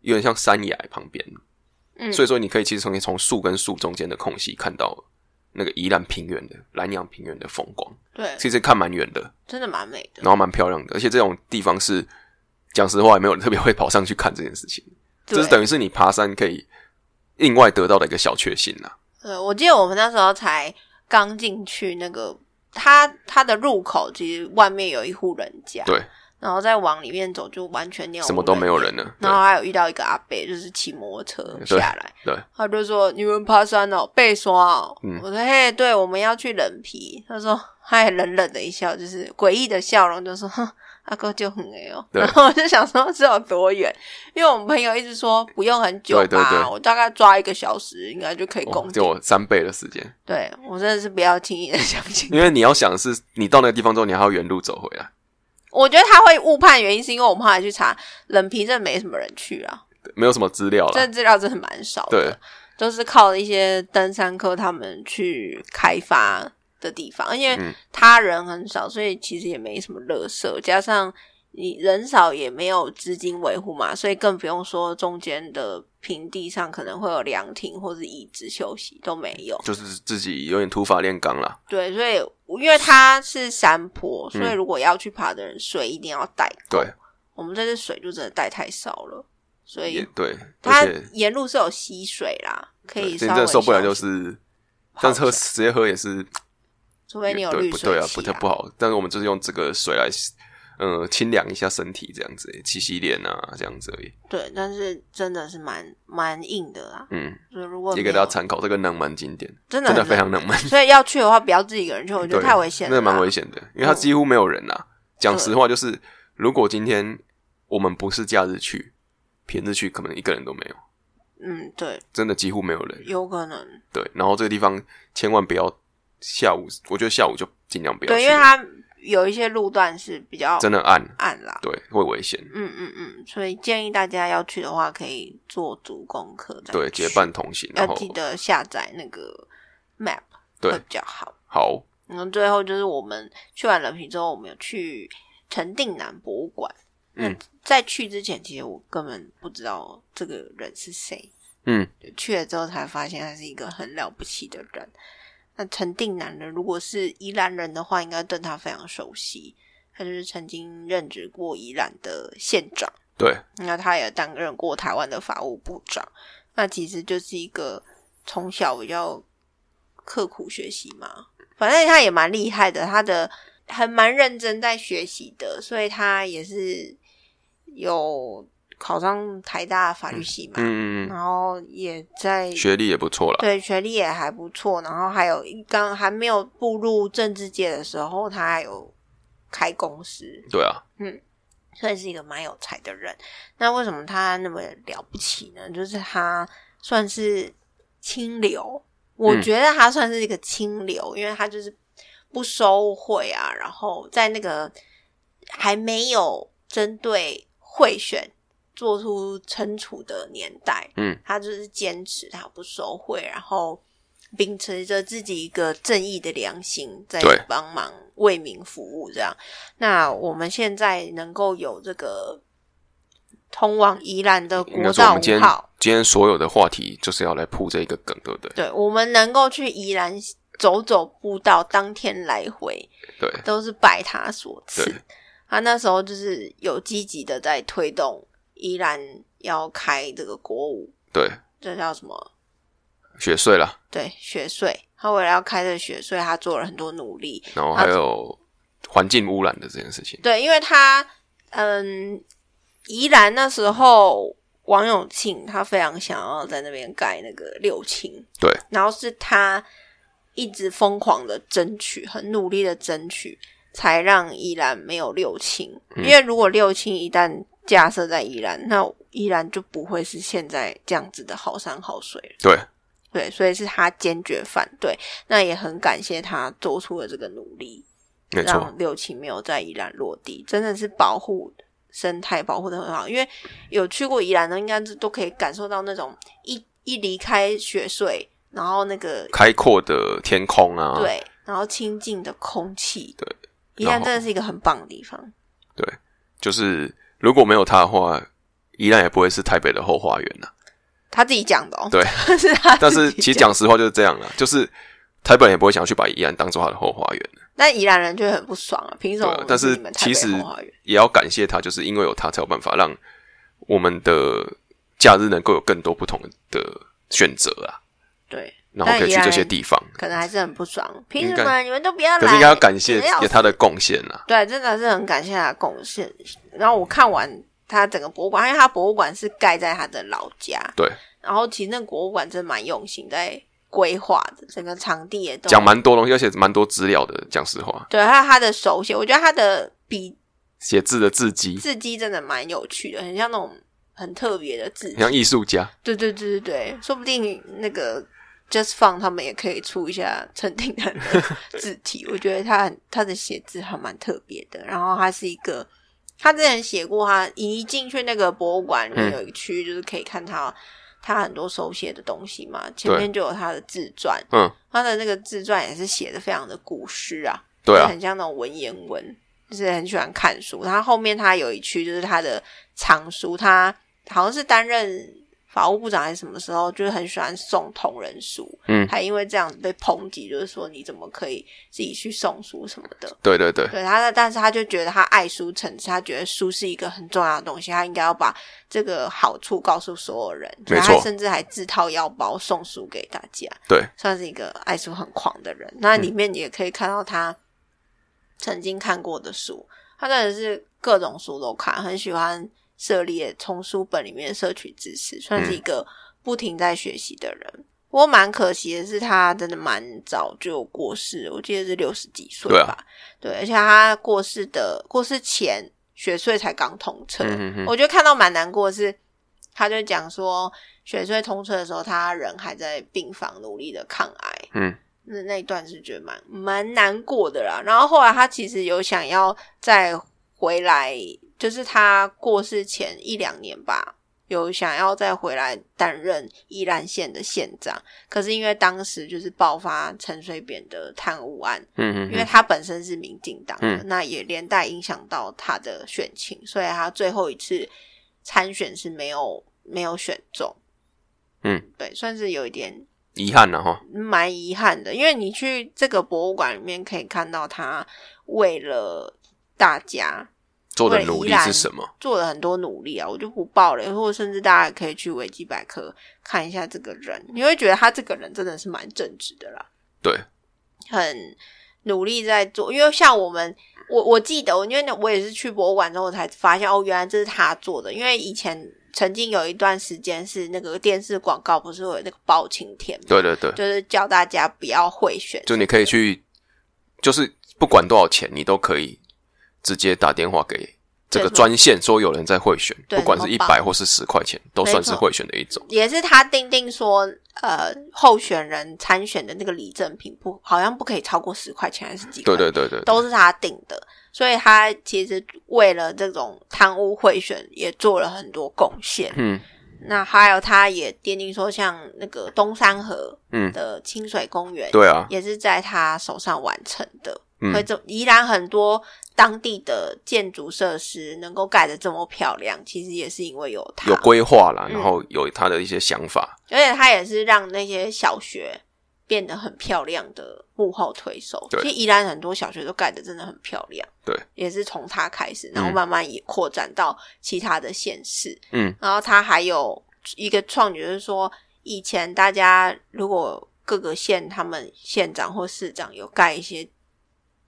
Speaker 1: 有点像山崖旁边，
Speaker 2: 嗯
Speaker 1: 所以说你可以其实从从树跟树中间的空隙看到那个宜兰平原的南洋平原的风光，
Speaker 2: 对，
Speaker 1: 其实看蛮远的。
Speaker 2: 真的蛮美的。
Speaker 1: 然后蛮漂亮的，而且这种地方是讲实话，也没有人特别会跑上去看这件事情，
Speaker 2: 对
Speaker 1: 就是等于是你爬山可以另外得到的一个小确幸啊啦。
Speaker 2: 对，我记得我们那时候才刚进去那个。它它的入口其实外面有一户人家，
Speaker 1: 对，
Speaker 2: 然后再往里面走就完全那种
Speaker 1: 什么都没有人了。对
Speaker 2: 然后还有遇到一个阿伯，就是骑摩托车
Speaker 1: 对
Speaker 2: 下来，
Speaker 1: 对
Speaker 2: 他就说：“你们爬山哦，被刷哦。
Speaker 1: 嗯
Speaker 2: 我说：“嘿，对，我们要去冷皮。”他说：“他也冷冷的一笑，就是诡异的笑容，就说：‘哼，阿哥就很哎哦。’
Speaker 1: 对
Speaker 2: 然后我就想说是有多远，因为我们朋友一直说不用很久吧，
Speaker 1: 对对对
Speaker 2: 我大概抓一个小时应该就可以
Speaker 1: 哦
Speaker 2: 攻
Speaker 1: 就
Speaker 2: 顶。
Speaker 1: 我三倍的时间，
Speaker 2: 对我真的是不要轻易的相信。
Speaker 1: 因为你要想的是，你到那个地方之后，你还要原路走回来。
Speaker 2: 我觉得他会误判，原因是因为我们后来去查冷皮，这没什么人去啊，
Speaker 1: 对没有什么资料
Speaker 2: 这
Speaker 1: 了，
Speaker 2: 资料真的蛮少的。
Speaker 1: 对，
Speaker 2: 都是靠一些登山客他们去开发的地方，因
Speaker 1: 嗯
Speaker 2: 为他人很少，所以其实也没什么垃圾，加上你人少也没有资金维护嘛，所以更不用说中间的平地上可能会有凉亭或是椅子休息都没有。
Speaker 1: 就是自己有点土法炼钢啦。
Speaker 2: 对，所以因为它是山坡，所以如果要去爬的人，水一定要带够。
Speaker 1: 嗯对，
Speaker 2: 我们这次水就真的带太少了，所
Speaker 1: 也
Speaker 2: 以
Speaker 1: 对，
Speaker 2: 它
Speaker 1: 而且
Speaker 2: 沿路是有溪水啦，可以
Speaker 1: 对
Speaker 2: 稍
Speaker 1: 真
Speaker 2: 微
Speaker 1: 正受不了
Speaker 2: 小
Speaker 1: 就
Speaker 2: 心
Speaker 1: 是，
Speaker 2: 泡
Speaker 1: 但是喝
Speaker 2: 水
Speaker 1: 直接喝也是
Speaker 2: 除非你有
Speaker 1: 对
Speaker 2: 绿
Speaker 1: 不
Speaker 2: 水
Speaker 1: 对
Speaker 2: 器
Speaker 1: 啊，
Speaker 2: 啊
Speaker 1: 不太不好。但是我们就是用这个水来呃清凉一下身体这样子，洗洗脸啊这样子而已。
Speaker 2: 对，但是真的是蛮蛮硬的啦。
Speaker 1: 嗯，
Speaker 2: 所以如果
Speaker 1: 也
Speaker 2: 没
Speaker 1: 给
Speaker 2: 有
Speaker 1: 大家参考，这个浪漫景点
Speaker 2: 真的
Speaker 1: 真的
Speaker 2: 很
Speaker 1: 非常浪漫，
Speaker 2: 所以要去的话，不要自己一个人去，我觉
Speaker 1: 对，
Speaker 2: 得太危险了
Speaker 1: 那
Speaker 2: 啦。
Speaker 1: 蛮危险的，因为它几乎没有人啦。讲实话，就是如果今天我们不是假日去，平日去可能一个人都没有，
Speaker 2: 嗯，对，
Speaker 1: 真的几乎没有人。
Speaker 2: 有可能。
Speaker 1: 对，然后这个地方千万不要下午，我觉得下午就尽量不要去，
Speaker 2: 对，因为它有一些路段是比较
Speaker 1: 真的暗，
Speaker 2: 暗啦。
Speaker 1: 对，会危险。
Speaker 2: 嗯嗯嗯，所以建议大家要去的话，可以做足功课。再
Speaker 1: 对，
Speaker 2: 去
Speaker 1: 结伴同行，然
Speaker 2: 要
Speaker 1: 后
Speaker 2: 记得下载那个 map
Speaker 1: 对
Speaker 2: 会比较好。
Speaker 1: 好，
Speaker 2: 然后最后就是我们去完冷皮之后，我们有去陈定南博物馆。
Speaker 1: 嗯，
Speaker 2: 在去之前，其实我根本不知道这个人是谁。
Speaker 1: 嗯，
Speaker 2: 去了之后才发现他是一个很了不起的人。那陈定南呢？如果是宜兰人的话，应该对他非常熟悉。他就是曾经任职过宜兰的县长，
Speaker 1: 对，
Speaker 2: 那他也担任过台湾的法务部长。那其实就是一个从小比较刻苦学习嘛，反正他也蛮厉害的，他的还蛮认真在学习的，所以他也是有考上台大法律系嘛。
Speaker 1: 嗯，嗯
Speaker 2: 然后也在
Speaker 1: 嗯，学历也不错啦，
Speaker 2: 对学历也还不错，然后还有一刚还没有步入政治界的时候，他还有开公司，
Speaker 1: 对啊，
Speaker 2: 所以是一个蛮有才的人。那为什么他那么了不起呢？就是他算是清流，我
Speaker 1: 嗯
Speaker 2: 觉得他算是一个清流，因为他就是不收贿啊，然后在那个还没有针对贿选做出惩处的年代，
Speaker 1: 嗯，
Speaker 2: 他就是坚持他不收贿，然后秉持着自己一个正义的良心，在
Speaker 1: 对
Speaker 2: 帮忙为民服务这样。那我们现在能够有这个通往宜兰的
Speaker 1: 应
Speaker 2: 国
Speaker 1: 该说我
Speaker 2: 道
Speaker 1: 们今
Speaker 2: 五
Speaker 1: 天
Speaker 2: 号，
Speaker 1: 今天所有的话题就是要来铺这一个梗，对不对？
Speaker 2: 对，我们能够去宜兰走走步道，当天来回
Speaker 1: 对，
Speaker 2: 都是拜他所赐
Speaker 1: 对。
Speaker 2: 他那时候就是有积极的在推动宜兰要开这个国五，
Speaker 1: 对，
Speaker 2: 这叫什么？
Speaker 1: 学税啦，
Speaker 2: 对，学税。他为了要开这个学税，他做了很多努力。
Speaker 1: 然后还有环境污染的这件事情，
Speaker 2: 对，因为他嗯，宜兰那时候王永庆他非常想要在那边盖那个六轻，
Speaker 1: 对，
Speaker 2: 然后是他一直疯狂的争取，很努力的争取，才让宜兰没有六轻。
Speaker 1: 嗯
Speaker 2: 因为如果六轻一旦架设在宜兰，那宜兰就不会是现在这样子的好山好水了。
Speaker 1: 对，
Speaker 2: 对，所以是他坚决反对，那也很感谢他做出了这个努力。
Speaker 1: 没错，
Speaker 2: 让六旗没有在宜兰落地，真的是保护生态保护的很好。因为有去过宜兰的，应该是都可以感受到那种一一离开雪穗，然后那个、
Speaker 1: 开阔的天空啊，
Speaker 2: 对，然后清净的空气。
Speaker 1: 对，
Speaker 2: 宜兰
Speaker 1: 然后
Speaker 2: 真的是一个很棒的地方。
Speaker 1: 对，就是如果没有它的话，依然也不会是台北的后花园啦。
Speaker 2: 他自己讲的哦，
Speaker 1: 对，
Speaker 2: 是他
Speaker 1: 但
Speaker 2: 自
Speaker 1: 是
Speaker 2: 己
Speaker 1: 其实，讲实话就是这样啦，就是台本人也不会想要去把宜兰当做他的后花园，
Speaker 2: 但宜兰人就会很不爽啊，凭什么
Speaker 1: 对啊
Speaker 2: 我们
Speaker 1: 但
Speaker 2: 是
Speaker 1: 是
Speaker 2: 你们台
Speaker 1: 其
Speaker 2: 北
Speaker 1: 实
Speaker 2: 后花园？
Speaker 1: 也要感谢他，就是因为有他才有办法让我们的假日能够有更多不同的选择啊，
Speaker 2: 对，
Speaker 1: 然后可以去这些地方。
Speaker 2: 可能还是很不爽，凭
Speaker 1: 应
Speaker 2: 什
Speaker 1: 该
Speaker 2: 么你们都不要来？
Speaker 1: 可是应该要感谢
Speaker 2: 你们要
Speaker 1: 他的贡献啊啦，
Speaker 2: 对，真的是很感谢他的贡献。然后我看完他整个博物馆，因为他博物馆是盖在他的老家，
Speaker 1: 对，
Speaker 2: 然后其实那个博物馆真的蛮用心在规划的，整个场地也都
Speaker 1: 讲蛮多东西，而且蛮多资料的。讲实话，
Speaker 2: 对，还有他的手写，我觉得他的笔
Speaker 1: 写字的字迹，
Speaker 2: 字迹真的蛮有趣的，很像那种很特别的字迹
Speaker 1: 很。像艺术家，
Speaker 2: 对对对对对，说不定那个 Just Fun 他们也可以出一下陈定南的字体，我觉得他很他的写字还蛮特别的。然后他是一个，他之前写过他，你一进去那个博物馆里面
Speaker 1: 嗯
Speaker 2: 有一个区域，就是可以看他他很多手写的东西嘛，前面就有他的自传，
Speaker 1: 嗯，
Speaker 2: 他的那个自传也是写的非常的古诗啊，
Speaker 1: 对啊，
Speaker 2: 很像那种文言文，就是很喜欢看书。然后后面他有一区就是他的藏书，他好像是担任法务部长还是什么时候，就是很喜欢送同人书。
Speaker 1: 嗯
Speaker 2: 还因为这样子被抨击，就是说你怎么可以自己去送书什么的。
Speaker 1: 对对对，
Speaker 2: 对他，但是他就觉得他爱书成痴，他觉得书是一个很重要的东西，他应该要把这个好处告诉所有人。所以
Speaker 1: 没
Speaker 2: 他
Speaker 1: 错
Speaker 2: 甚至还自掏腰包送书给大家。
Speaker 1: 对，嗯
Speaker 2: 算是一个爱书很狂的人。那里面也可以看到他曾经看过的书，他真的是各种书都看，很喜欢涉猎，从书本里面摄取知识，算
Speaker 1: 嗯
Speaker 2: 是一个不停在学习的人。不过蛮可惜的是，他真的蛮早就过世，我记得是六十几岁
Speaker 1: 对啊
Speaker 2: 吧。对，而且他过世的过世前雪穗才刚通车，
Speaker 1: 嗯嗯嗯
Speaker 2: 我觉得看到蛮难过的是，他就讲说雪穗通车的时候，他人还在病房努力的抗癌，
Speaker 1: 嗯，
Speaker 2: 那那一段是觉得蛮蛮难过的啦。然后后来他其实有想要再回来，就是他过世前一两年吧，有想要再回来担任宜兰县的县长，可是因为当时就是爆发陈水扁的贪污案，
Speaker 1: 嗯嗯
Speaker 2: 因为
Speaker 1: 嗯，
Speaker 2: 他本身是民进党的，
Speaker 1: 嗯
Speaker 2: 那也连带影响到他的选情，所以他最后一次参选是没有没有选中。
Speaker 1: 嗯，
Speaker 2: 对，算是有一点
Speaker 1: 遗憾了哈。
Speaker 2: 蛮遗憾的，因为你去这个博物馆里面可以看到他为了大家
Speaker 1: 做的努力是什么？
Speaker 2: 做了很多努力啊，我就不报了，或者甚至大家也可以去维基百科看一下这个人，你会觉得他这个人真的是蛮正直的啦。
Speaker 1: 对，
Speaker 2: 很努力在做，因为像我们，我我记得，因为我也是去博物馆之后我才发现，哦，原来这是他做的。因为以前曾经有一段时间是那个电视广告，不是会有那个包青天嘛，
Speaker 1: 对对对，
Speaker 2: 就是叫大家不要贿选，
Speaker 1: 就你可以去，就是不管多少钱，你都可以直接打电话给这个
Speaker 2: 对
Speaker 1: 专线，说有人在贿选，
Speaker 2: 对
Speaker 1: 不管是
Speaker 2: 什
Speaker 1: 一
Speaker 2: 么榜
Speaker 1: 百或是十块钱，都算是
Speaker 2: 没错
Speaker 1: 贿选的一种。
Speaker 2: 也是他定定说，呃，候选人参选的那个礼赠品不好像不可以超过十块钱还是几块
Speaker 1: 对对对对，对
Speaker 2: 都是他定的，所以他其实为了这种贪污贿选也做了很多贡献。
Speaker 1: 嗯
Speaker 2: 那还有，他也奠定说，像那个东山河
Speaker 1: 嗯，
Speaker 2: 的清水公园，
Speaker 1: 对啊，
Speaker 2: 也是在他手上完成的。
Speaker 1: 嗯
Speaker 2: 所以，这宜兰很多当地的建筑设施能够盖得这么漂亮，其实也是因为有他。
Speaker 1: 有规划啦，
Speaker 2: 嗯
Speaker 1: 然后有他的一些想法，
Speaker 2: 而且他也是让那些小学变得很漂亮的幕后推手。
Speaker 1: 对
Speaker 2: 其实宜兰很多小学都盖得真的很漂亮，
Speaker 1: 对，
Speaker 2: 也是从他开始，然后
Speaker 1: 嗯
Speaker 2: 慢慢也扩展到其他的县市。
Speaker 1: 嗯，
Speaker 2: 然后他还有一个创举，就是说以前大家如果各个县他们县长或市长有盖一些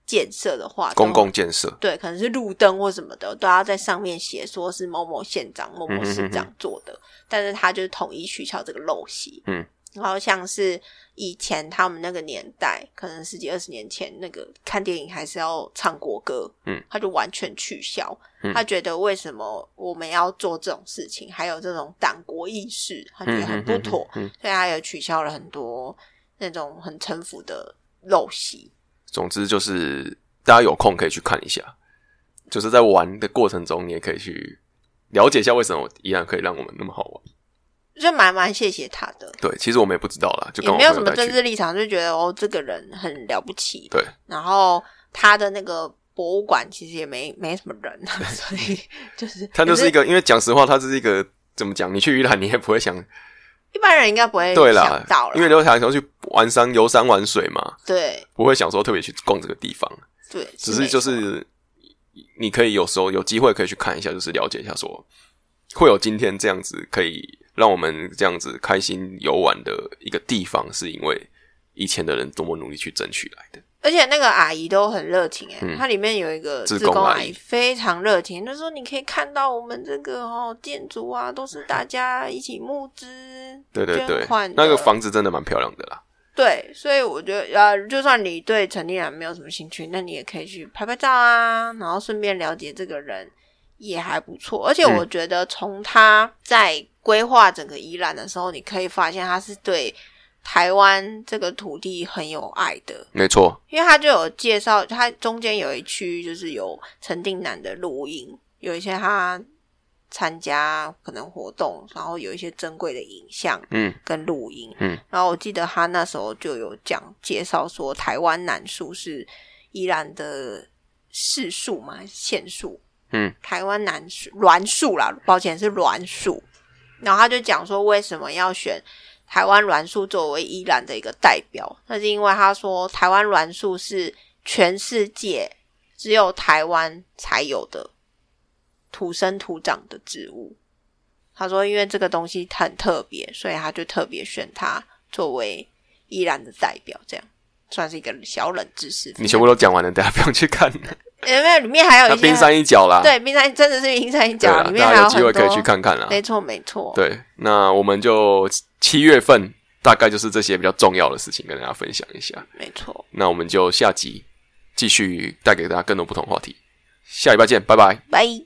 Speaker 2: 建设的话，
Speaker 1: 公
Speaker 2: 都
Speaker 1: 共建设，
Speaker 2: 对，可能是路灯或什么的，都要在上面写说是某某县长、
Speaker 1: 嗯
Speaker 2: 某某市长做的，但是他就是统一取消这个陋习。
Speaker 1: 嗯，
Speaker 2: 然后像是以前他们那个年代，可能十几二十年前，那个看电影还是要唱国歌，
Speaker 1: 嗯，
Speaker 2: 他就完全取消。
Speaker 1: 嗯
Speaker 2: 他觉得为什么我们要做这种事情，还有这种党国意识，他觉
Speaker 1: 嗯
Speaker 2: 得很不妥，，
Speaker 1: 嗯嗯嗯嗯
Speaker 2: 所以他也取消了很多那种很城府的陋习。
Speaker 1: 总之就是大家有空可以去看一下，就是在玩的过程中，你也可以去了解一下为什么依然可以让我们那么好玩。
Speaker 2: 就蛮蛮谢谢他的，
Speaker 1: 对，其实我们也不知道啦，就
Speaker 2: 也
Speaker 1: 刚好
Speaker 2: 没有
Speaker 1: 朋
Speaker 2: 什
Speaker 1: 友
Speaker 2: 么
Speaker 1: 带
Speaker 2: 政
Speaker 1: 去
Speaker 2: 治立场，就觉得哦，这个人很了不起。
Speaker 1: 对，
Speaker 2: 然后他的那个博物馆其实也没没什么人 啊，所以就是
Speaker 1: 他就是一
Speaker 2: 个
Speaker 1: 个，因为讲实话，他是一个怎么讲？你去宜兰，你也不会想
Speaker 2: 一般人应该不会
Speaker 1: 对啦
Speaker 2: 想到，
Speaker 1: 因为刘翔想去玩山、游山玩水嘛，
Speaker 2: 对
Speaker 1: 不会想说特别去逛这个地方，
Speaker 2: 对，
Speaker 1: 只是就
Speaker 2: 没错
Speaker 1: 是你可以有时候有机会可以去看一下，就是了解一下说会有今天这样子可以让我们这样子开心游玩的一个地方，是因为以前的人多么努力去争取来的。
Speaker 2: 而且那个阿姨都很热情哎、
Speaker 1: 嗯
Speaker 2: 她里面有一个
Speaker 1: 志
Speaker 2: 工
Speaker 1: 工阿
Speaker 2: 阿
Speaker 1: 姨
Speaker 2: 姨非常热情，她说你可以看到我们这个哦建筑啊，都是大家一起募资
Speaker 1: 对对对
Speaker 2: 捐款，的
Speaker 1: 那个房子真的蛮漂亮的啦。
Speaker 2: 对，所以我觉得呃，就算你对陈定然没有什么兴趣，那你也可以去拍拍照啊，然后顺便了解这个人也还不错。而且
Speaker 1: 嗯
Speaker 2: 我觉得从他在规划整个宜兰的时候，你可以发现他是对台湾这个土地很有爱的。
Speaker 1: 没错，
Speaker 2: 因为他就有介绍，他中间有一区就是有陈定南的录音，有一些他参加可能活动，然后有一些珍贵的影像
Speaker 1: 嗯
Speaker 2: 跟录音。
Speaker 1: 嗯，
Speaker 2: 然后我记得他那时候就有讲介绍说，台湾南树是宜兰的市树嘛，还是县树。
Speaker 1: 嗯，
Speaker 2: 台湾南树栾树啦，抱歉是栾树。然后他就讲说，为什么要选台湾栾树作为伊兰的一个代表？那是因为他说，台湾栾树是全世界只有台湾才有的土生土长的植物。他说，因为这个东西很特别，所以他就特别选它作为伊兰的代表，这样算是一个小冷知识。
Speaker 1: 你全部都讲完了，大家不用去看了。
Speaker 2: 因为里面还有
Speaker 1: 那
Speaker 2: 一些
Speaker 1: 冰山一角啦，
Speaker 2: 对冰山真的是冰山一
Speaker 1: 啊对
Speaker 2: 角，
Speaker 1: 啦，
Speaker 2: 里面
Speaker 1: 大
Speaker 2: 还
Speaker 1: 家有
Speaker 2: 很
Speaker 1: 机会
Speaker 2: 多。
Speaker 1: 可以去看看啦。
Speaker 2: 没错，没错。
Speaker 1: 对，那我们就七月份大概就是这些比较重要的事情跟大家分享一下。
Speaker 2: 没错。
Speaker 1: 那我们就下集继续带给大家更多不同话题，下礼拜见，拜拜。
Speaker 2: 拜。